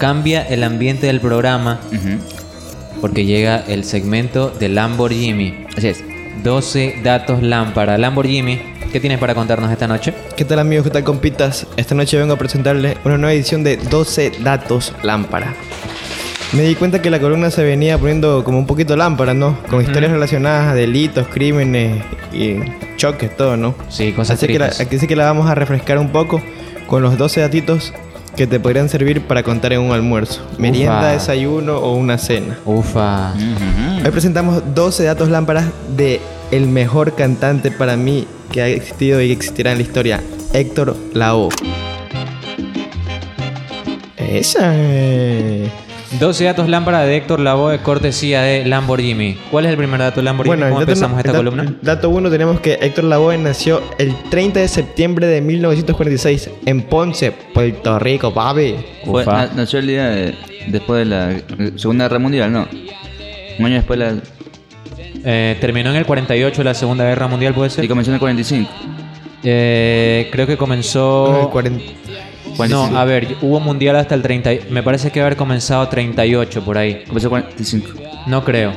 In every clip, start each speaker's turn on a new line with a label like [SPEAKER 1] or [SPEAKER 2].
[SPEAKER 1] cambia el ambiente del programa porque llega el segmento de Lamborghini.
[SPEAKER 2] Así es.
[SPEAKER 1] 12 datos lámpara. Lamborghini, ¿qué tienes para contarnos esta noche?
[SPEAKER 3] ¿Qué tal amigos? ¿Qué tal compitas? Esta noche vengo a presentarles una nueva edición de 12 datos lámpara. Me di cuenta que la columna se venía poniendo como un poquito lámpara, ¿no? Con historias relacionadas a delitos, crímenes y choques, todo, ¿no?
[SPEAKER 1] Sí, cosas
[SPEAKER 3] Así que la-
[SPEAKER 1] tristes.
[SPEAKER 3] aquí sí que la vamos a refrescar un poco con los 12 datitos que te podrían servir para contar en un almuerzo, merienda,
[SPEAKER 1] Ufa.
[SPEAKER 3] desayuno o una cena.
[SPEAKER 1] Ufa.
[SPEAKER 2] Ujú.
[SPEAKER 3] Hoy presentamos 12 datos lámparas de el mejor cantante para mí que ha existido y que existirá en la historia, Héctor Lavoe. Esa eh. es.
[SPEAKER 1] 12 datos lámpara de Héctor Lavoe, cortesía de Lamborghini. ¿Cuál es el primer dato de Lamborghini?
[SPEAKER 3] Bueno, el
[SPEAKER 1] ¿Cómo
[SPEAKER 3] dato,
[SPEAKER 1] empezamos esta
[SPEAKER 3] el da-
[SPEAKER 1] columna?
[SPEAKER 3] el Dato 1 tenemos que Héctor Lavoe nació el 30 de septiembre de 1946 en Ponce, Puerto Rico, papi.
[SPEAKER 2] Fue-
[SPEAKER 1] Ufa.
[SPEAKER 2] na- nació el día de- después de la eh, Segunda Guerra Mundial, ¿no? Un año después de la...
[SPEAKER 1] Eh, terminó en el 48 la Segunda Guerra Mundial, ¿puede
[SPEAKER 2] Y
[SPEAKER 1] ser?
[SPEAKER 2] comenzó en el 45.
[SPEAKER 1] Eh, creo que
[SPEAKER 3] El
[SPEAKER 1] comenzó...
[SPEAKER 3] 40
[SPEAKER 1] No,
[SPEAKER 2] 45.
[SPEAKER 1] a ver, hubo mundial hasta el 30... Me parece que haber comenzado 38 por ahí.
[SPEAKER 2] Comenzó en 45.
[SPEAKER 1] No creo.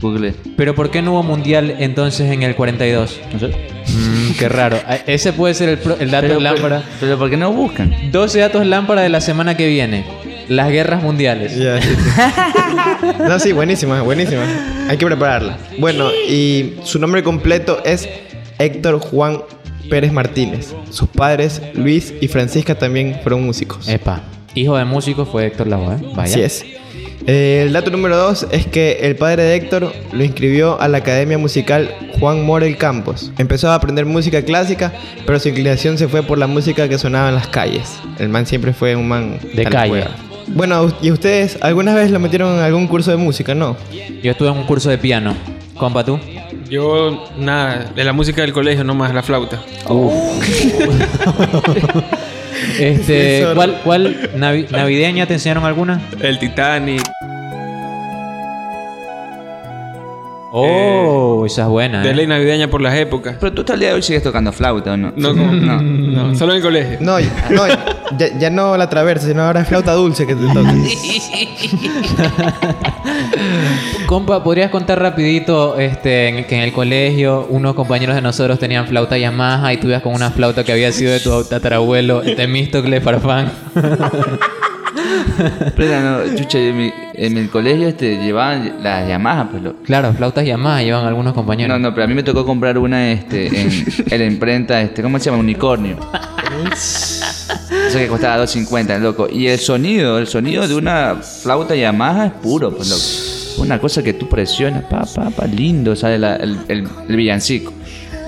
[SPEAKER 2] Google.
[SPEAKER 1] Pero ¿por qué no hubo mundial entonces en el 42?
[SPEAKER 2] No sé.
[SPEAKER 1] Mm, qué raro. Eh, Ese puede ser el, pro- el dato
[SPEAKER 2] Pero,
[SPEAKER 1] lámpara.
[SPEAKER 2] pero- pero ¿por qué no buscan?
[SPEAKER 1] 12 pues, datos lámpara de la semana que viene. Las guerras mundiales.
[SPEAKER 3] Ya, sí, sí. No, sí, buenísima, buenísima. Hay que prepararla. Bueno, y su nombre completo es Héctor Juan Pérez Martínez. Sus padres, Luis y Francisca, también fueron músicos.
[SPEAKER 1] Epa. Hijo de músico fue Héctor Lavoe. ¿eh? Vaya.
[SPEAKER 3] Así es. Eh, el dato número dos es que el padre de Héctor lo inscribió a la Academia Musical Juan Morel Campos. Empezó a aprender música clásica, pero su inclinación se fue por la música que sonaba en las calles. El man siempre fue un man
[SPEAKER 1] De
[SPEAKER 3] tal
[SPEAKER 1] calle.
[SPEAKER 3] cueva. Bueno, ¿y ustedes alguna vez lo metieron en algún curso de música, no?
[SPEAKER 1] Yo estuve en un curso de piano. Compa, tú.
[SPEAKER 4] Yo, nada, de la música del colegio nomás, la flauta.
[SPEAKER 1] Este,
[SPEAKER 3] Sí, sorry.
[SPEAKER 1] ¿Cuál, cuál navi- navideña te enseñaron alguna?
[SPEAKER 4] El Titanic.
[SPEAKER 1] Oh, esa es buena.
[SPEAKER 4] De
[SPEAKER 1] ¿eh?
[SPEAKER 4] ley navideña por las épocas.
[SPEAKER 2] Pero tú hasta el día de hoy sigues tocando flauta, ¿o no?
[SPEAKER 4] No, como-
[SPEAKER 2] no.
[SPEAKER 4] no, solo en el colegio.
[SPEAKER 3] No, no ya, ya no la traversa, sino ahora es flauta dulce que te toca.
[SPEAKER 1] Compa, ¿podrías contar rapidito este, en- que en el colegio unos compañeros de nosotros tenían flauta Yamaha y tú ibas con una flauta que había sido de tu tatarabuelo, Temístocle Farfán?
[SPEAKER 2] Pero era, no, chucha, en mi, en mi colegio este, llevaban las Yamaha, pues lo-
[SPEAKER 1] Claro, flautas Yamaha llevan algunos compañeros.
[SPEAKER 2] No, no, pero a mí me tocó comprar una este, en, en la imprenta, este, ¿cómo se llama? Unicornio. Eso que costaba 2.50, loco. Y el sonido, el sonido de una flauta Yamaha es puro, pues loco. Una cosa que tú presionas, pa, pa, pa, lindo, sale la- el, el- el villancico.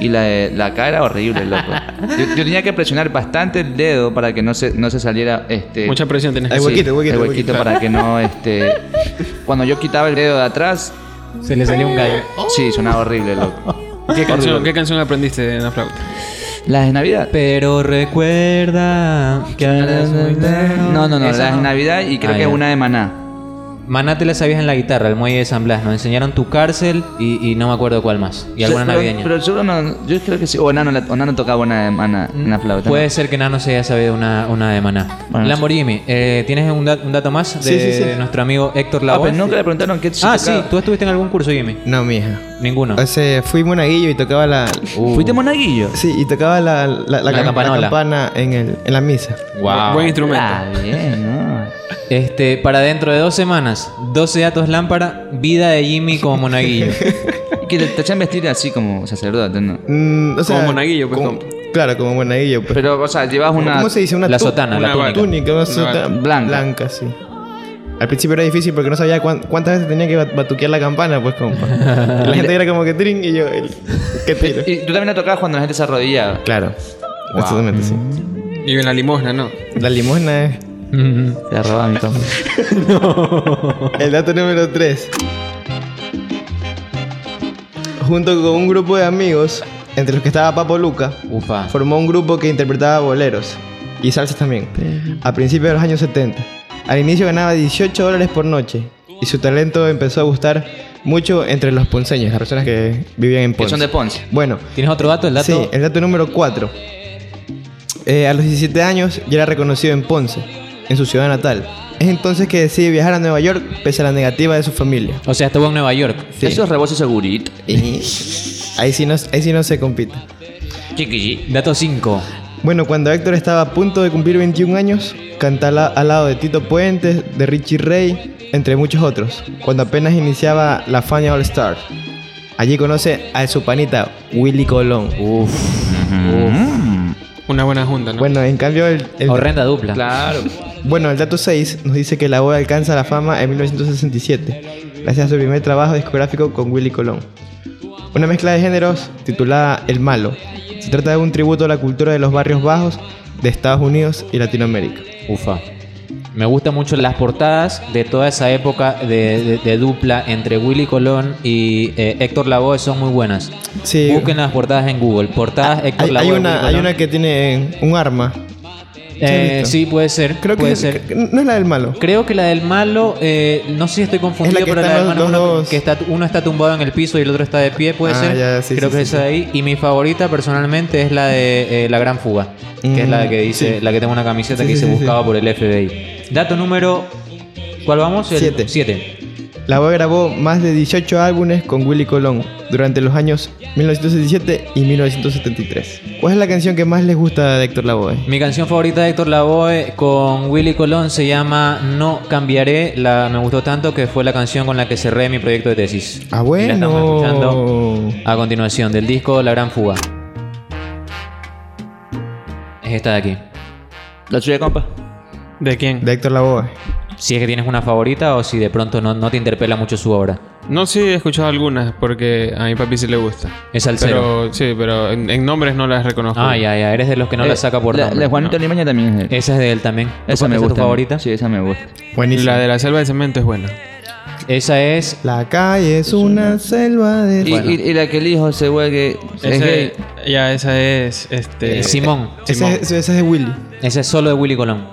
[SPEAKER 2] Y la, de- la cara era horrible, loco. Yo, yo tenía que presionar bastante el dedo para que no se, no se saliera este,
[SPEAKER 4] Mucha presión tenés.
[SPEAKER 3] Hay
[SPEAKER 2] sí,
[SPEAKER 3] huequito, huequito,
[SPEAKER 2] el
[SPEAKER 3] huequito.
[SPEAKER 2] huequito para que no, este... Cuando yo quitaba el dedo de atrás,
[SPEAKER 1] Se le salió un gallo.
[SPEAKER 2] sí, sonaba horrible, loco.
[SPEAKER 4] ¿Qué canción, ¿Qué canción aprendiste en la flauta?
[SPEAKER 2] Las de Navidad.
[SPEAKER 1] Pero recuerda que ahora soy lejos.
[SPEAKER 2] No, no, no,
[SPEAKER 1] Esa
[SPEAKER 2] las de Navidad y creo
[SPEAKER 1] Ah,
[SPEAKER 2] que
[SPEAKER 1] ya.
[SPEAKER 2] una de Maná.
[SPEAKER 1] Maná te la sabías en la guitarra, el muelle de San Blas. Nos enseñaron tu cárcel y, y no me acuerdo cuál más. Y alguna
[SPEAKER 2] pero,
[SPEAKER 1] navideña.
[SPEAKER 2] Pero seguro no, yo creo que sí. O Nano, la- o Nano tocaba una de Maná en la flauta. ¿no?
[SPEAKER 1] Puede ser que Nano se haya sabido una, una de maná.
[SPEAKER 2] Bueno,
[SPEAKER 1] Lamborghini, eh, ¿tienes un, da- un dato más de
[SPEAKER 3] Sí, sí, sí.
[SPEAKER 1] nuestro amigo Héctor
[SPEAKER 2] Ah,
[SPEAKER 1] Lavoe?
[SPEAKER 2] pero nunca le preguntaron qué
[SPEAKER 1] Ah,
[SPEAKER 2] tocaba.
[SPEAKER 1] sí, tú estuviste en algún curso, Jimmy.
[SPEAKER 3] No, mija.
[SPEAKER 1] Ninguno.
[SPEAKER 3] O sea, fui monaguillo y tocaba la.
[SPEAKER 1] Uh,
[SPEAKER 2] ¿Fuiste monaguillo?
[SPEAKER 3] Sí, y tocaba la, la, la-
[SPEAKER 1] La
[SPEAKER 3] la
[SPEAKER 1] campanola.
[SPEAKER 3] campana en, el, en la misa.
[SPEAKER 1] Wow.
[SPEAKER 4] Buen instrumento.
[SPEAKER 2] Ah, bien, no.
[SPEAKER 1] Este, para dentro de dos semanas, 12 datos lámpara, vida de Jimmy como monaguillo.
[SPEAKER 2] Y Que te, te hacían vestir así como sacerdote, ¿no?
[SPEAKER 3] Mm, o sea,
[SPEAKER 4] Como monaguillo, pues,
[SPEAKER 3] como-
[SPEAKER 4] como-
[SPEAKER 3] Claro, como monaguillo. Pues.
[SPEAKER 2] Pero, o sea, llevas una...
[SPEAKER 3] ¿Cómo se dice? Una
[SPEAKER 1] la
[SPEAKER 3] tu-
[SPEAKER 1] sotana, la túnica.
[SPEAKER 4] una vara.
[SPEAKER 3] túnica, una sotana
[SPEAKER 2] Ah, blanca.
[SPEAKER 3] Blanca, sí. Al principio era difícil porque no sabía cuán- cuántas veces tenía que bat- batuquear la campana, pues, compa. La gente era como que trin y yo, el- que tiro.
[SPEAKER 2] Y tú también la tocabas cuando la gente se arrodillaba.
[SPEAKER 3] Claro.
[SPEAKER 2] Wow.
[SPEAKER 3] Absolutamente, sí.
[SPEAKER 4] Y en la limosna, ¿no?
[SPEAKER 3] La limosna es.
[SPEAKER 1] Mm.
[SPEAKER 2] Te robaba mi compa.
[SPEAKER 3] El dato número 3. Junto con un grupo de amigos, entre los que estaba Papo Luca,
[SPEAKER 1] Ufa.
[SPEAKER 3] formó un grupo que interpretaba boleros y salsas también, a principios de los años 70. Al inicio ganaba 18 dólares por noche y su talento empezó a gustar mucho entre los ponceños, las personas que vivían en
[SPEAKER 2] Que
[SPEAKER 3] Ponce.
[SPEAKER 2] son de Ponce.
[SPEAKER 3] Bueno,
[SPEAKER 1] ¿Tienes otro dato? El dato.
[SPEAKER 3] sí, eh. el dato número Eh, 4. a los 17 años ya era reconocido en Ponce, en su ciudad natal. Es entonces que decide viajar a Nueva York pese a la negativa de su familia.
[SPEAKER 1] O sea, estuvo en Nueva York.
[SPEAKER 3] Sí.
[SPEAKER 2] Eso es rebozo segurito.
[SPEAKER 3] Y ahí sí no, ahí sí no se compite.
[SPEAKER 2] Chiquillí.
[SPEAKER 1] Dato 5.
[SPEAKER 3] Bueno, cuando Héctor estaba a punto de cumplir 21 años, canta al, al lado de Tito Puentes, de Richie Ray, entre muchos otros, cuando apenas iniciaba la Fania All Star. Allí conoce a su panita, Willy Colón.
[SPEAKER 4] Una buena junta, ¿no?
[SPEAKER 3] Bueno, en cambio, el, el-
[SPEAKER 1] Horrenda dupla.
[SPEAKER 2] Claro.
[SPEAKER 3] bueno, el dato 6 nos dice que la boda alcanza la fama en 1967, gracias a su primer trabajo discográfico con Willy Colón. Una mezcla de géneros titulada El Malo. Se trata de un tributo a la cultura de los barrios bajos de Estados Unidos y Latinoamérica.
[SPEAKER 1] Ufa. Me gustan mucho las portadas de toda esa época de, de- de dupla entre Willy Colón y eh, Héctor Lavoe son muy buenas.
[SPEAKER 3] Sí.
[SPEAKER 1] Busquen las portadas en Google. Portadas Héctor
[SPEAKER 3] Ah, Hay, hay
[SPEAKER 1] Lavoe. Willy
[SPEAKER 3] una, hay
[SPEAKER 1] Colón.
[SPEAKER 3] una que tiene un arma.
[SPEAKER 1] Eh,
[SPEAKER 3] he visto.
[SPEAKER 1] sí, puede ser.
[SPEAKER 3] Creo que
[SPEAKER 1] puede ser.
[SPEAKER 3] que- no es la del malo.
[SPEAKER 1] Creo que la del malo, eh, no sé si estoy confundido,
[SPEAKER 3] Es la que
[SPEAKER 1] pero la del
[SPEAKER 3] están
[SPEAKER 1] malo es
[SPEAKER 3] los-
[SPEAKER 1] uno
[SPEAKER 3] los dos.
[SPEAKER 1] que está, uno está tumbado en el piso y el otro está de pie, puede
[SPEAKER 3] Ah,
[SPEAKER 1] ser.
[SPEAKER 3] ya, sí,
[SPEAKER 1] Creo
[SPEAKER 3] sí,
[SPEAKER 1] que
[SPEAKER 3] sí,
[SPEAKER 1] es ahí. Y mi favorita personalmente es la de eh, La Gran Fuga, que es la que dice, la que tengo una camiseta
[SPEAKER 3] Mm, Sí,
[SPEAKER 1] que dice
[SPEAKER 3] sí, sí, sí.
[SPEAKER 1] buscado por el FBI. Dato número. ¿Cuál vamos? El
[SPEAKER 3] Siete.
[SPEAKER 1] siete.
[SPEAKER 3] La voz grabó más de 18 álbumes con Willy Colón durante los años 1967 y 1973. ¿Cuál es la canción que más les gusta de Héctor Lavoe?
[SPEAKER 1] Mi canción favorita de Héctor Lavoe con Willy Colón se llama No Cambiaré. La, me gustó tanto que fue la canción con la que cerré mi proyecto de tesis.
[SPEAKER 3] Ah,
[SPEAKER 1] Y la estamos escuchando
[SPEAKER 3] bueno.
[SPEAKER 1] A continuación, del disco La Gran Fuga. Es esta de aquí.
[SPEAKER 2] La suya, compa.
[SPEAKER 4] ¿De quién?
[SPEAKER 3] De Héctor Lavoe.
[SPEAKER 1] Si es que tienes una favorita o si de pronto no, no te interpela mucho su obra.
[SPEAKER 4] No, sí, he escuchado algunas porque a mi papi sí le gusta.
[SPEAKER 1] Es al cero.
[SPEAKER 4] Pero sí, pero en, en nombres no las reconozco.
[SPEAKER 1] Ah, ya, ya. Eres de los que no la saca por
[SPEAKER 2] Eh, la,
[SPEAKER 1] nombre.
[SPEAKER 2] La Juanito Limaña también es.
[SPEAKER 1] Esa es de él también. ¿Tú
[SPEAKER 2] esa
[SPEAKER 1] cuál
[SPEAKER 2] me
[SPEAKER 1] es
[SPEAKER 2] gusta.
[SPEAKER 1] tu favorita?
[SPEAKER 2] Sí, esa me gusta.
[SPEAKER 3] Buenísimo.
[SPEAKER 4] La
[SPEAKER 3] La,
[SPEAKER 4] de la selva de cemento es buena.
[SPEAKER 1] Esa es...
[SPEAKER 3] calle es una selva de...
[SPEAKER 2] Y, y- y la que el hijo se vuelve. Es
[SPEAKER 4] Ese-
[SPEAKER 2] gay.
[SPEAKER 4] ya, esa es este
[SPEAKER 1] eh, Simón.
[SPEAKER 3] Ese, es- ese es de Willy.
[SPEAKER 1] Esa es solo de Willy Colón.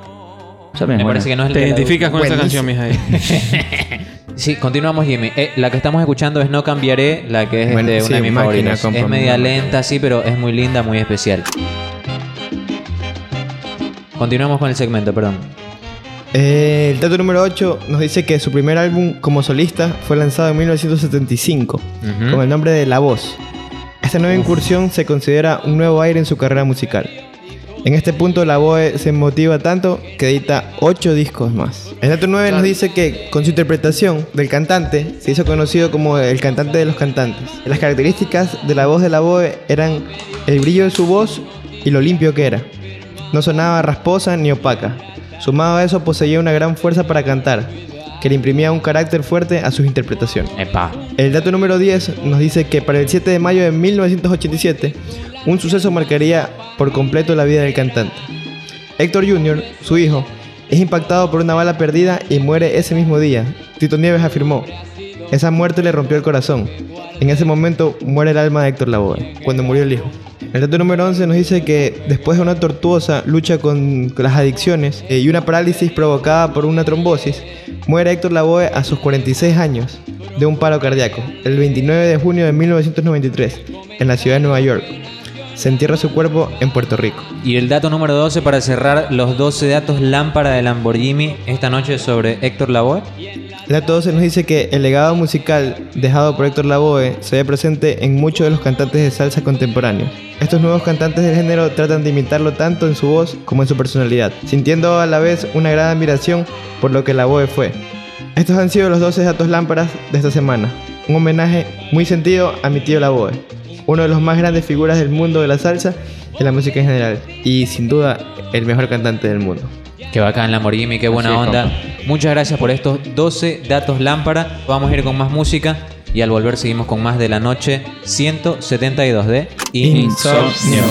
[SPEAKER 2] Esa me
[SPEAKER 1] Me
[SPEAKER 2] es buena.
[SPEAKER 1] parece que no es la
[SPEAKER 4] Te
[SPEAKER 1] de la-
[SPEAKER 4] identificas con esa canción,
[SPEAKER 3] Buenísimo.
[SPEAKER 4] mija.
[SPEAKER 1] Sí, continuamos, Jimmy. Eh, la que estamos escuchando es No Cambiaré, la que es
[SPEAKER 3] Bueno,
[SPEAKER 1] este, una
[SPEAKER 3] sí,
[SPEAKER 1] de mis
[SPEAKER 3] máquina,
[SPEAKER 1] favoritas.
[SPEAKER 3] compa,
[SPEAKER 1] Es media
[SPEAKER 3] una
[SPEAKER 1] lenta, sí, pero es muy linda, muy especial. Continuamos con el segmento, perdón.
[SPEAKER 3] Eh, el dato número 8 nos dice que su primer álbum como solista fue lanzado en 1975
[SPEAKER 1] Ujú.
[SPEAKER 3] con el nombre de La Voz. Esta nueva incursión se considera un nuevo aire en su carrera musical. En este punto La Voz se motiva tanto que edita 8 discos más. El dato 9 nos dice que con su interpretación del cantante se hizo conocido como el cantante de los cantantes. Las características de la voz de La Voz eran el brillo de su voz y lo limpio que era. No sonaba rasposa ni opaca. Sumado a eso poseía una gran fuerza para cantar, que le imprimía un carácter fuerte a sus interpretaciones.
[SPEAKER 1] Epa.
[SPEAKER 3] El dato número 10 nos dice que para el 7 de mayo de 1987, un suceso marcaría por completo la vida del cantante. Héctor Jr., su hijo, es impactado por una bala perdida y muere ese mismo día. Tito Nieves afirmó, esa muerte le rompió el corazón. En ese momento muere el alma de Héctor Lavoe, cuando murió el hijo. El dato número 11 nos dice que después de una tortuosa lucha con las adicciones eh, y una parálisis provocada por una trombosis, muere Héctor Lavoe a sus 46 años de un paro cardíaco, el 29 de junio de 1993, en la ciudad de Nueva York. Se entierra su cuerpo en Puerto Rico.
[SPEAKER 1] Y el dato número 12 para cerrar los 12 datos lámpara de Lamborghini esta noche sobre Héctor Lavoe.
[SPEAKER 3] La 12 nos dice que el legado musical dejado por Héctor Lavoe se ve presente en muchos de los cantantes de salsa contemporáneos. Estos nuevos cantantes del género tratan de imitarlo tanto en su voz como en su personalidad, sintiendo a la vez una gran admiración por lo que Lavoe fue. Estos han sido los 12 datos lámparas de esta semana. Un homenaje muy sentido a mi tío Lavoe, uno de los más grandes figuras del mundo de la salsa y la música en general, y sin duda el mejor cantante del mundo.
[SPEAKER 1] Qué bacán Lamborghini, qué buena
[SPEAKER 2] Así es,
[SPEAKER 1] onda. Muchas gracias por estos 12 datos lámpara. Vamos a ir con más música y al volver seguimos con más de la noche 172 de
[SPEAKER 3] Insomnio.